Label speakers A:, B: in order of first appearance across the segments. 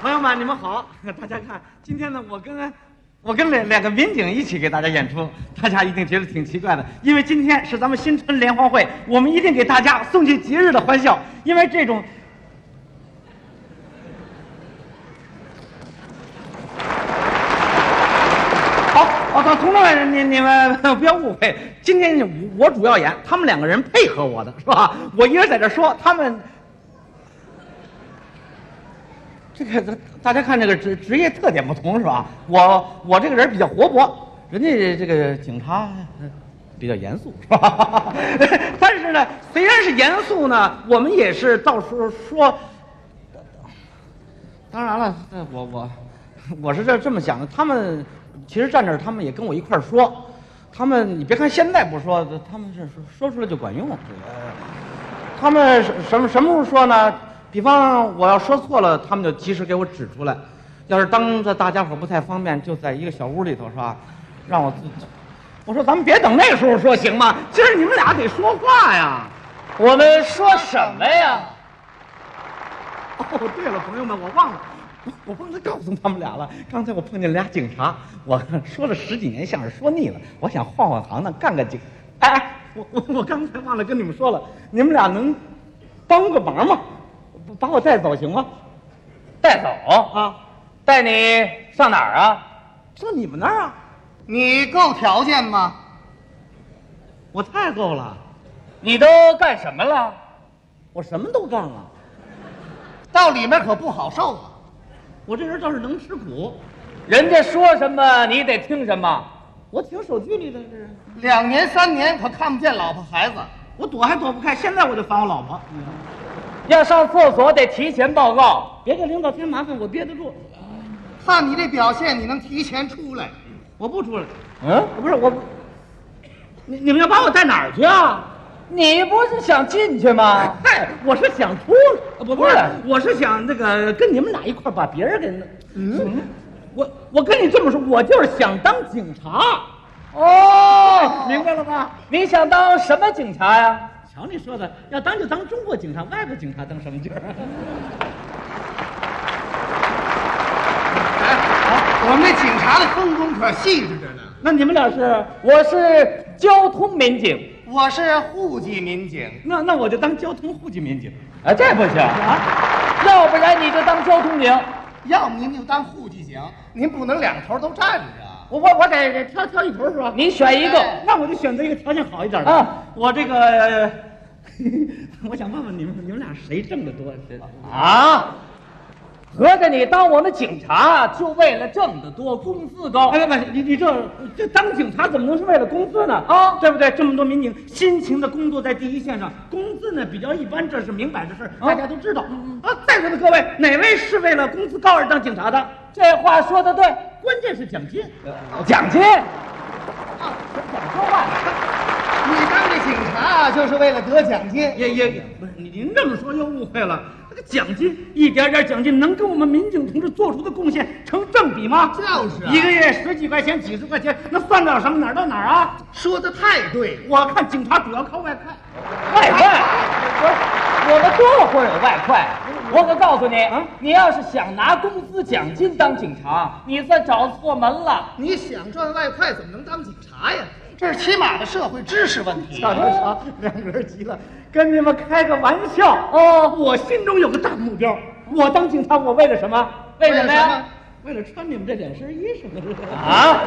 A: 朋友们，你们好！ 大家看，今天呢，我跟我跟两两个民警一起给大家演出，大家一定觉得挺奇怪的，因为今天是咱们新春联欢会，我们一定给大家送去节日的欢笑，因为这种。 好，我操，同志们，你你们 不要误会，今天我我主要演，他们两个人配合我的是吧？我一人在这说，他们这个 大家看这个职职业特点不同是吧？我我这个人比较活泼，人家这个警察呃比较严肃是吧？ 但是呢，虽然是严肃呢，我们也是到时候说。当然了，那我我我是这这么想的，他们其实站这儿，他们也跟我一块儿说，他们你别看现在不说，他们是说说出来就管用。他们什什么什么时候说呢？比方我要说错了，他们就及时给我指出来。要是当着大家伙不太方便，就在一个小屋里头是吧？让我自己，我说咱们别等那时候说行吗？今儿你们俩得说话呀。
B: 我们说什么呀？
A: 哦，对了，朋友们，我忘了，我我忘了告诉他们俩了。刚才我碰见俩警察，我说了十几年相声，说腻了，我想换换行当，干个警。哎哎，我我我刚才忘了跟你们说了，你们俩能帮个忙吗？把我带走行吗？
B: 带走，
A: 啊，
B: 带你上哪儿啊？
A: 上你们那儿啊，
C: 你够条件吗？
A: 我太够了，
B: 你都干什么了？
A: 我什么都干了，
C: 到里面可不好受啊！
A: 我这人倒是能吃苦，
B: 人家说什么你得听什么。
A: 我挺守纪律的，这人，
C: 两年三年可看不见老婆孩子，
A: 我躲还躲不开，现在我就烦我老婆，
B: 要上厕所得提前报告。
A: 别给领导添麻烦，我憋得住，
C: 看你这表现，你能提前出来。
A: 我不出来。
B: 嗯，
A: 不是我，你你们要把我带哪儿去啊？
B: 你不是想进去吗？
A: 嗨，我是想出来，呃不不
B: 出
A: 是
B: 来，
A: 我是想那个跟你们俩一块儿把别人给弄。嗯，我我跟你这么说，我就是想当警察，
B: 哦，
A: 明白了吧？
B: 你想当什么警察呀？
A: 瞧你说的，要当就当中国警察，外国警察当什么劲儿？啊
C: 我们这警察的分工可细致着呢。
A: 那你们俩是？
B: 我是交通民警。
C: 我是户籍民警，
A: 那那我就当交通户籍民警
B: 啊，这不行，
A: 啊！
B: 要不然你就当交通警。
C: 要么您就当户籍警，您不能两头都站着啊。
A: 我我我得得挑挑一头哎是吧？
B: 你选一个。
A: 那我就选择一个条件好一点的。
B: 啊
A: 我这个， 呃我想问问你们，你们俩谁挣得多？谁
B: 啊，合着你当我们警察就为了挣得多，工资高？
A: 哎，不不，你你这这当警察怎么能是为了工资呢？
B: 啊
A: 对不对？这么多民警辛勤的工作在第一线上，工资呢比较一般，这是明摆着事儿，
B: 啊嗯
A: 大家都知道。啊，在座的各位，哪位是为了工资高而当警察的？
B: 这话说的对，呃
A: 关键是奖金。
B: 奖金。
C: 你当这警察啊就是为了得奖金，
A: 也也不是，您您这么说又误会了。这个奖金一点点奖金，能跟我们民警同志做出的贡献成正比吗？
C: 就是啊
A: 一个月十几块钱、几十块钱，那算得了什么？哪儿到哪儿啊？
C: 说的太对了。
A: 我看警察主要靠外快。
B: 外快，不是我们多会儿有外快。我可告诉你，
A: 啊
B: 你要是想拿工资奖金当警察，你算找错门了。
C: 你想赚外快，怎么能当警察呀？这是起码的社会知识问题。
A: 瞧瞧瞧，两个人急了，跟你们开个玩笑
B: 哦
A: 我心中有个大目标，我当警察，我为了什么？
B: 为什么呀？
A: 为了穿你们这两身衣裳。
B: 啊，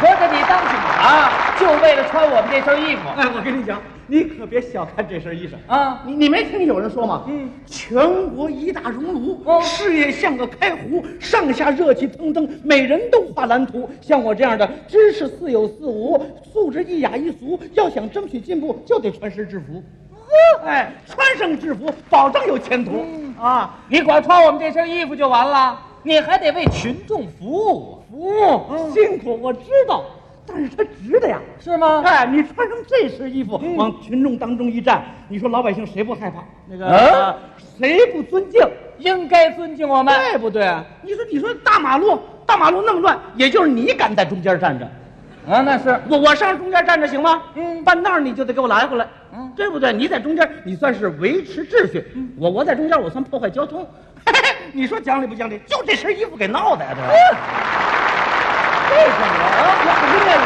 B: 合着你当警察就为了穿我们这身衣服
A: 哎，我跟你讲，你可别小看这身衣裳。
B: 啊？
A: 你你没听有人说吗？
B: 嗯，
A: 全国一大熔炉，
B: 哦
A: 事业像个开壶，上下热气腾腾，每人都画蓝图。像我这样的，知识似有似无，素质一雅一俗，要想争取进步，就得穿身制服。
B: 哦
A: 哎，穿上制服，保证有前途、
B: 嗯
A: 啊！
B: 你光穿我们这身衣服就完了，你还得为群众服务啊，
A: 服务、辛苦，我知道，但是它值得呀。
B: 是吗？
A: 哎，你穿上这身衣服，
B: 嗯
A: 往群众当中一站，你说老百姓谁不害怕？那个、呃
B: 啊
A: 谁不尊敬？
B: 应该尊敬我们。
A: 对不对？哎你说，你说大马路，大马路那么乱，也就是你敢在中间站着，
B: 啊，那是
A: 我我上中间站着行吗？
B: 嗯
A: 半道儿你就得给我拦回来，
B: 嗯
A: 嗯对不对？你在中间，你算是维持秩序；我我在中间，我算破坏交通。嘿嘿你说讲理不讲理？就这身衣服给闹的呀，
B: 哎
A: 这
B: 呀为什么呀？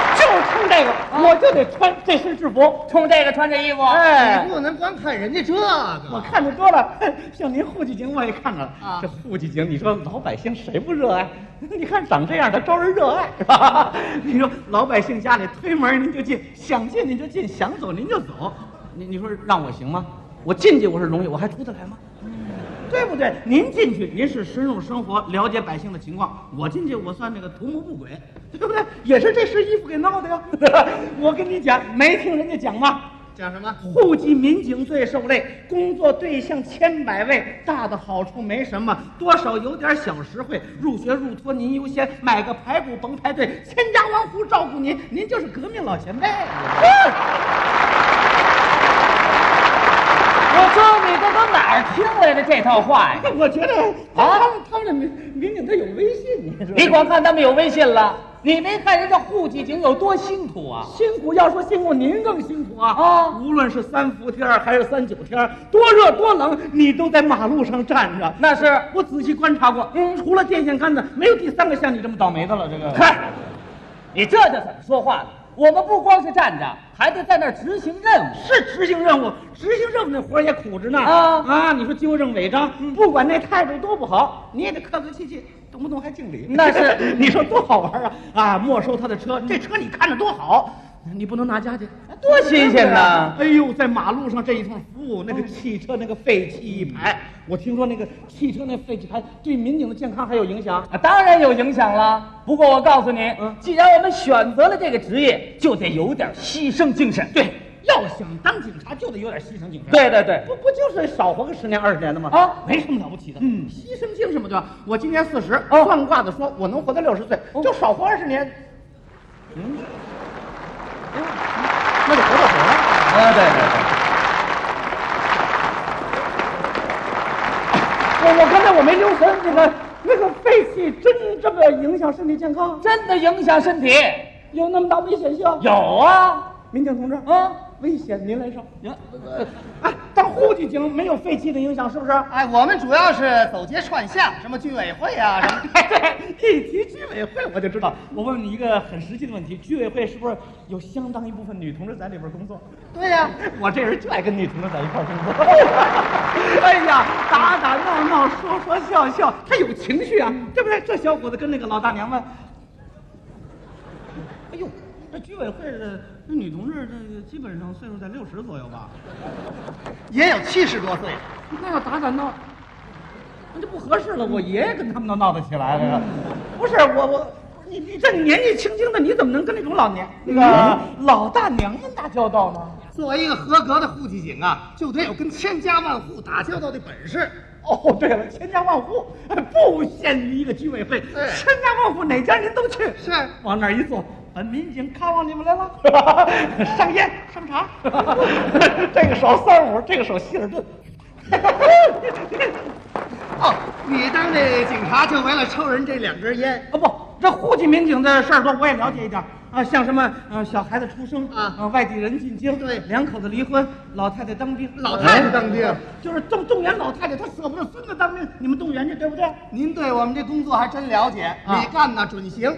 B: 我
A: 就是冲这个，我就得穿这身制服。
B: 冲这个穿这衣服，
A: 哎
C: 你，不能光看人家这
A: 我
C: 个。
A: 看的多了，像您户籍警我也看着了。
B: 啊
A: 这户籍警，你说老百姓谁不热爱？ 你看长这样，他招人热爱，是吧？ 你说老百姓家里推门您就进，想进您就进，想走您就走。你你说让我行吗？我进去我是容易，我还出得来吗？对不对？您进去，您是深入生活，了解百姓的情况；我进去，我算那个图谋不轨，对不对？也是这身衣服给闹的呀。 我跟你讲，没听人家讲吗？
C: 讲什么？
A: 户籍民警最受累，工作对象千百位，大的好处没什么，多少有点小实惠。入学入托您优先，买个排骨甭排队，千家万户照顾您，您就是革命老前辈。哎
B: 我说你这都哪儿听来的这套话呀？
A: 我觉得啊，他们他们这民民警他有微信，你说
B: 你光看他们有微信了，你没看人家户籍警有多辛苦啊？
A: 辛苦，要说辛苦，您更辛苦啊！
B: 啊
A: 无论是三伏天儿还是三九天儿，多热多冷，你都在马路上站着。
B: 那是
A: 我仔细观察过，嗯，除了电线杆子，没有第三个像你这么倒霉的了。这个。
B: 嗨，你这叫怎么说话呢？我们不光是站着，还得在那儿执行任务。
A: 是执行任务，执行任务那活儿也苦着呢
B: 啊嗯
A: 啊！你说纠正违章，不管那态度多不好，你也得客客气气，动不动还敬礼。
B: 那是
A: 你说多好玩啊！啊，没收他的车，这车你看着多好，你不能拿家去，
B: 啊多新鲜呐
A: 哎呦，在马路上这一通服务，那个汽车那个废气一排，我听说那个汽车那废气排对民警的健康还有影响。
B: 啊，当然有影响了。不过我告诉你，
A: 嗯
B: 既然我们选择了这个职业，就得有点牺牲精神。对，
A: 要想当警察，就得有点牺牲精神。
B: 对对对，
A: 不不就是少活个十年二十年的吗？
B: 啊
A: 没什么了不起的。
B: 嗯
A: 牺牲精神嘛，对吧？我今年四十，
B: 哦
A: 算卦的说我能活到六十岁，
B: 哦
A: 就少活二十年。嗯，那得活到头了。
B: 啊，对对对，
A: 我我刚才我没留神，那个那个废气真这么影响身体健康？
B: 真的影响身体。
A: 有那么大危险性？
B: 有啊，
A: 民警同志，
B: 啊，
A: 危险您来上。
B: 有
A: 哎，当户籍警没有废气的影响，是不是？
C: 哎，我们主要是走街串巷，什么居委会啊， 什么。
A: 对，一提居委会我就知道。我问你一个很实际的问题：居委会是不是有相当一部分女同志在里边工作？
C: 对呀、
A: 我这人就爱跟女同志在一块儿工作。 哎呀，打打闹闹，说说笑笑，他有情绪啊，对不对？这小伙子跟那个老大娘们，哎呦，这居委会的那女同志，这个基本上岁数在六十左右吧？
C: 也有七十多岁的。
A: 那要打打闹，那就不合适了。我爷爷跟他们都闹得起来了。不是我我你你这年纪轻轻的，你怎么能跟那种老年那个老大娘们打交道呢？
C: 作为一个合格的户籍警啊，就得有跟千家万户打交道的本事。
A: 哦，对了，千家万户不限于一个居委会，
C: 对
A: 千家万户哪家您都去，
C: 是
A: 往那儿一坐，本民警看望你们来了， 上烟上茶， 这个手三五，这个手希尔 顿。
C: 哦，你当这警察就为了抽人这两根烟？
A: 啊不，这户籍民警的事儿多，我也了解一点儿啊，像什么呃小孩子出生
C: 啊
A: 呃外地人进京，
C: 对
A: 两口子离婚，老太太当兵，
C: 老太太当兵
A: 哎就是动动员老太太，她舍不得孙子当兵，你们动员去，对不对？
C: 您对我们这工作还真了解，
A: 啊
C: 你干呢准行。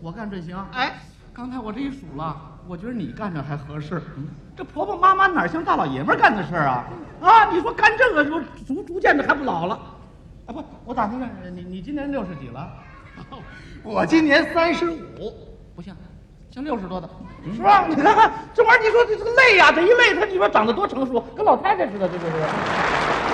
A: 我干这行，
C: 哎，
A: 刚才我这一数了，我觉得你干这还合适。嗯这婆婆妈妈哪像大老爷们儿干的事儿啊？啊，你说干这个时候逐逐渐的还不老了？啊不，我打听一下，你你今年六十几了？
C: 我今年三十五，
A: 不像，像六十多的，嗯是吧？你看看这玩意儿，你说这这个累呀、这一累，他你说长得多成熟，跟老太太似的，这就是。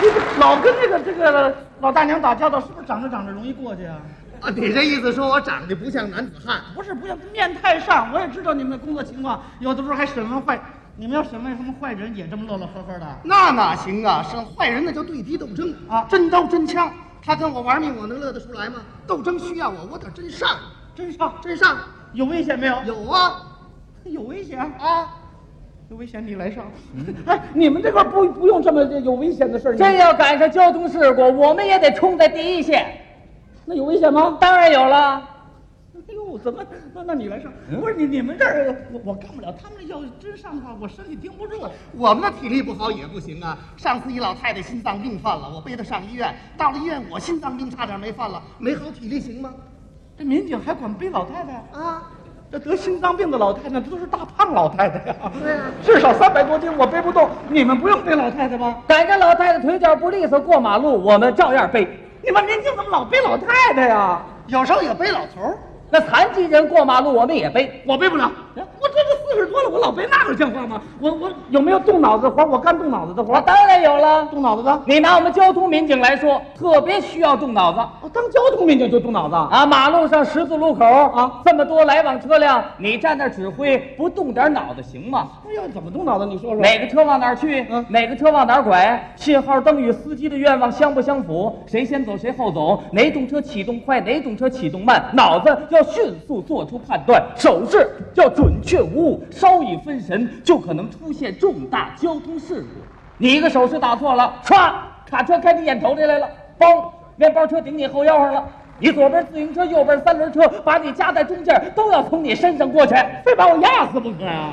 A: 你这老跟这个这个老大娘打交道，是不是长着长着容易过去啊？
C: 啊，你这意思说我长得不像男子汉？
A: 不是，不像面太上，我也知道你们的工作情况，有的时候还审问坏，你们要审问什么坏人，也这么乐乐呵呵的。
C: 那哪行啊？是坏人那叫对敌斗争
A: 啊
C: 真刀真枪，他跟我玩命，我能乐得出来吗？斗争需要我，我得真上，
A: 真上
C: 真上。
A: 有危险没有？
C: 有啊
A: 有危险，
C: 啊，
A: 有危险你来上。 哎，你们这块不不用这么有危险的事儿，
B: 真要赶上交通事故，我们也得冲在第一线。
A: 那有危险吗？
B: 当然有了，
A: 哎呦，肚子，那那那你来上，不是你你们这儿我我干不了，他们要真上的话，我身体顶不住。
C: 我们的体力不好也不行啊！上次一老太太心脏病犯了，我背她上医院，到了医院我心脏病差点没犯了，没好体力行吗？
A: 这民警还管背老太太呀、
C: 啊，
A: 这得心脏病的老太太，这都是大胖老太太呀、
C: 对啊
A: 至少三百多斤，我背不动。你们不用背老太太吧？
B: 逮着老太太腿脚不利索过马路，我们照样背。
A: 你们民警怎么老背老太太呀、
C: 有时候也背老头儿。
B: 那残疾人过马路，我们也背。
A: 我背不了，哎我这个四十多了，我老背那个像话吗？我我有没有动脑子活？我干动脑子的活
B: 我，当然有了。
A: 动脑子的。
B: 你拿我们交通民警来说，特别需要动脑子
A: 我哦当交通民警就动脑子啊？
B: 啊！马路上十字路口
A: 啊
B: 这么多来往车辆，你站那儿指挥，不动点脑子行吗？
A: 哎呀，怎么动脑子？你说说。
B: 哪个车往哪儿去？
A: 嗯
B: 哪个车往哪儿拐？信号灯与司机的愿望相不相符？谁先走谁后走？哪种车启动快？哪种车启动慢？脑子要迅速做出判断，手势要准确无误，稍一分神就可能出现重大交通事故。你一个手势打错了，唰，卡车开你眼头这来了，嘣，面包车顶你后腰上了。你左边自行车，右边三轮车，把你夹在中间，都要从你身上过去，非把我压死不可啊呀、
C: 哎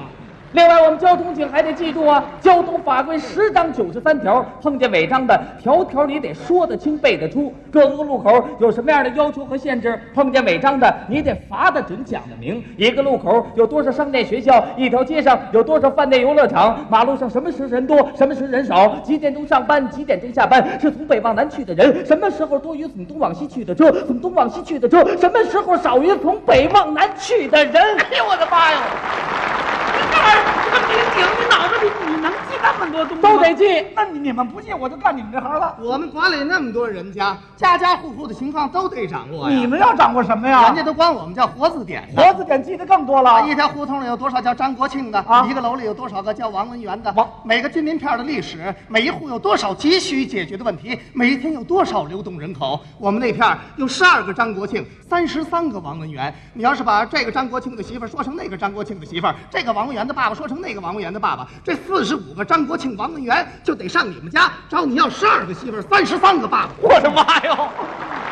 B: 另外，我们交通警还得记住啊，《交通法规》十章九十三条，碰见违章的，条条你得说得清背得出。各个路口有什么样的要求和限制，碰见违章的，你得罚得准，讲得明。一个路口有多少商店、学校，一条街上有多少饭店、游乐场，马路上什么时人多，什么时人少，几点钟上班，几点钟下班，是从北往南去的人，什么时候多于从东往西去的车，从东往西去的车，什么时候少于从北往南去的人。
C: 哎呦我的妈呀！
A: 这民警，你脑子里你能记那么多东西
B: 都得记。
A: 那你你们不信，我就干你们这行了。
C: 我们管理那么多人家，家家户户的情况都得掌握呀。
A: 你们要掌握什么呀？
C: 人家都哎管我们叫活字典呢。
A: 活字典记得更多了。
C: 一条胡同里有多少叫张国庆的？
A: 啊
C: 一个楼里有多少个叫王文元的？
A: 王
C: 每个军民片的历史，每一户有多少急需解决的问题，每一天有多少流动人口？我们那片儿有十二个张国庆，三十三个王文元。你要是把这个张国庆的媳妇儿说成那个张国庆的媳妇儿，这个王文元的爸爸说成那个王文元的爸爸，这四十五个张国庆、王文元就得上你们家找你要十二个媳妇儿，三十三个爸爸。
A: 我的妈哟！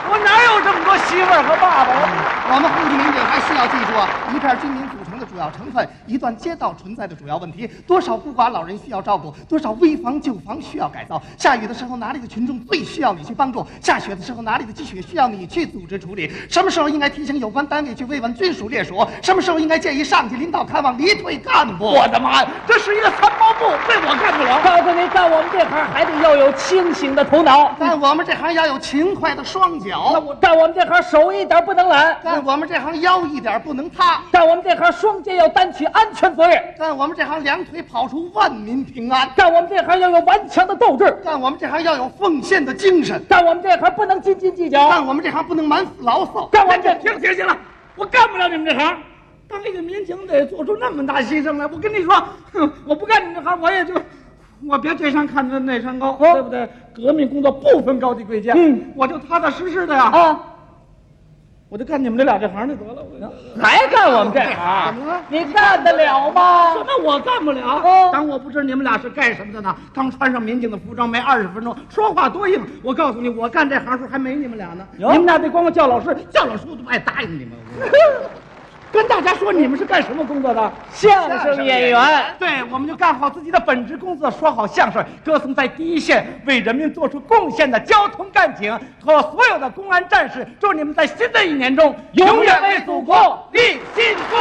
A: 我哪有这么多媳妇儿和爸爸呀？
C: 我们户籍民警还需要记住啊，一片居民组成的主要成分，一段街道存在的主要问题，多少孤寡老人需要照顾，多少危房旧房需要改造。下雨的时候哪里的群众最需要你去帮助？下雪的时候哪里的积雪需要你去组织处理？什么时候应该提醒有关单位去慰问军属烈属？什么时候应该建议上级领导看望离退干部？
A: 我的妈呀！这是一个三包布，被我干不了。
B: 告诉你，干我们这行还得要有清醒的头脑。
C: 干我们这行要有勤快的双
B: 那
C: 脚，
B: 我干我们这行手一点不能懒，
C: 干我们这行腰一点不能塌，
B: 干我们这行双肩要担起安全责任，
C: 干我们这行两腿跑出万民平安。
B: 干我们这行要有顽强的斗志，
C: 干我们这行要有奉献的精神，
B: 干我们这行不能斤斤计较，
C: 干我们这行不能满死牢骚。
B: 干我们这
A: 行行行了，我干不了你们这行。当一个民警得做出那么大牺牲来，我跟你说， 哼，我不干你们这行，我也就我别这山看着那山
C: 哦
A: 高，
B: 哦
A: 对不对？革命工作不分高低贵贱，
B: 嗯，
A: 我就踏踏实实的呀，
B: 啊，
A: 我就干你们这俩这行就得了。我就
B: 还干我们
A: 哎
B: 这啊行，你干得了吗
A: 什？么我干不了？
B: 哦
A: 当我不知你们俩是干什么的呢。刚穿上民警的服装没二十分钟，说话多硬！我告诉你，我干这行时候还没你们俩呢。你
B: 哟
A: 们俩得管我叫老师，叫老师我都不爱答应你们。我跟大家说，你们是干什么工作的？
B: 相声演员，
A: 对，我们就干好自己的本职工作，说好相声，歌颂在第一线为人民做出贡献的交通干警和所有的公安战士。祝你们在新的一年中
B: 永远为祖国
A: 立新功。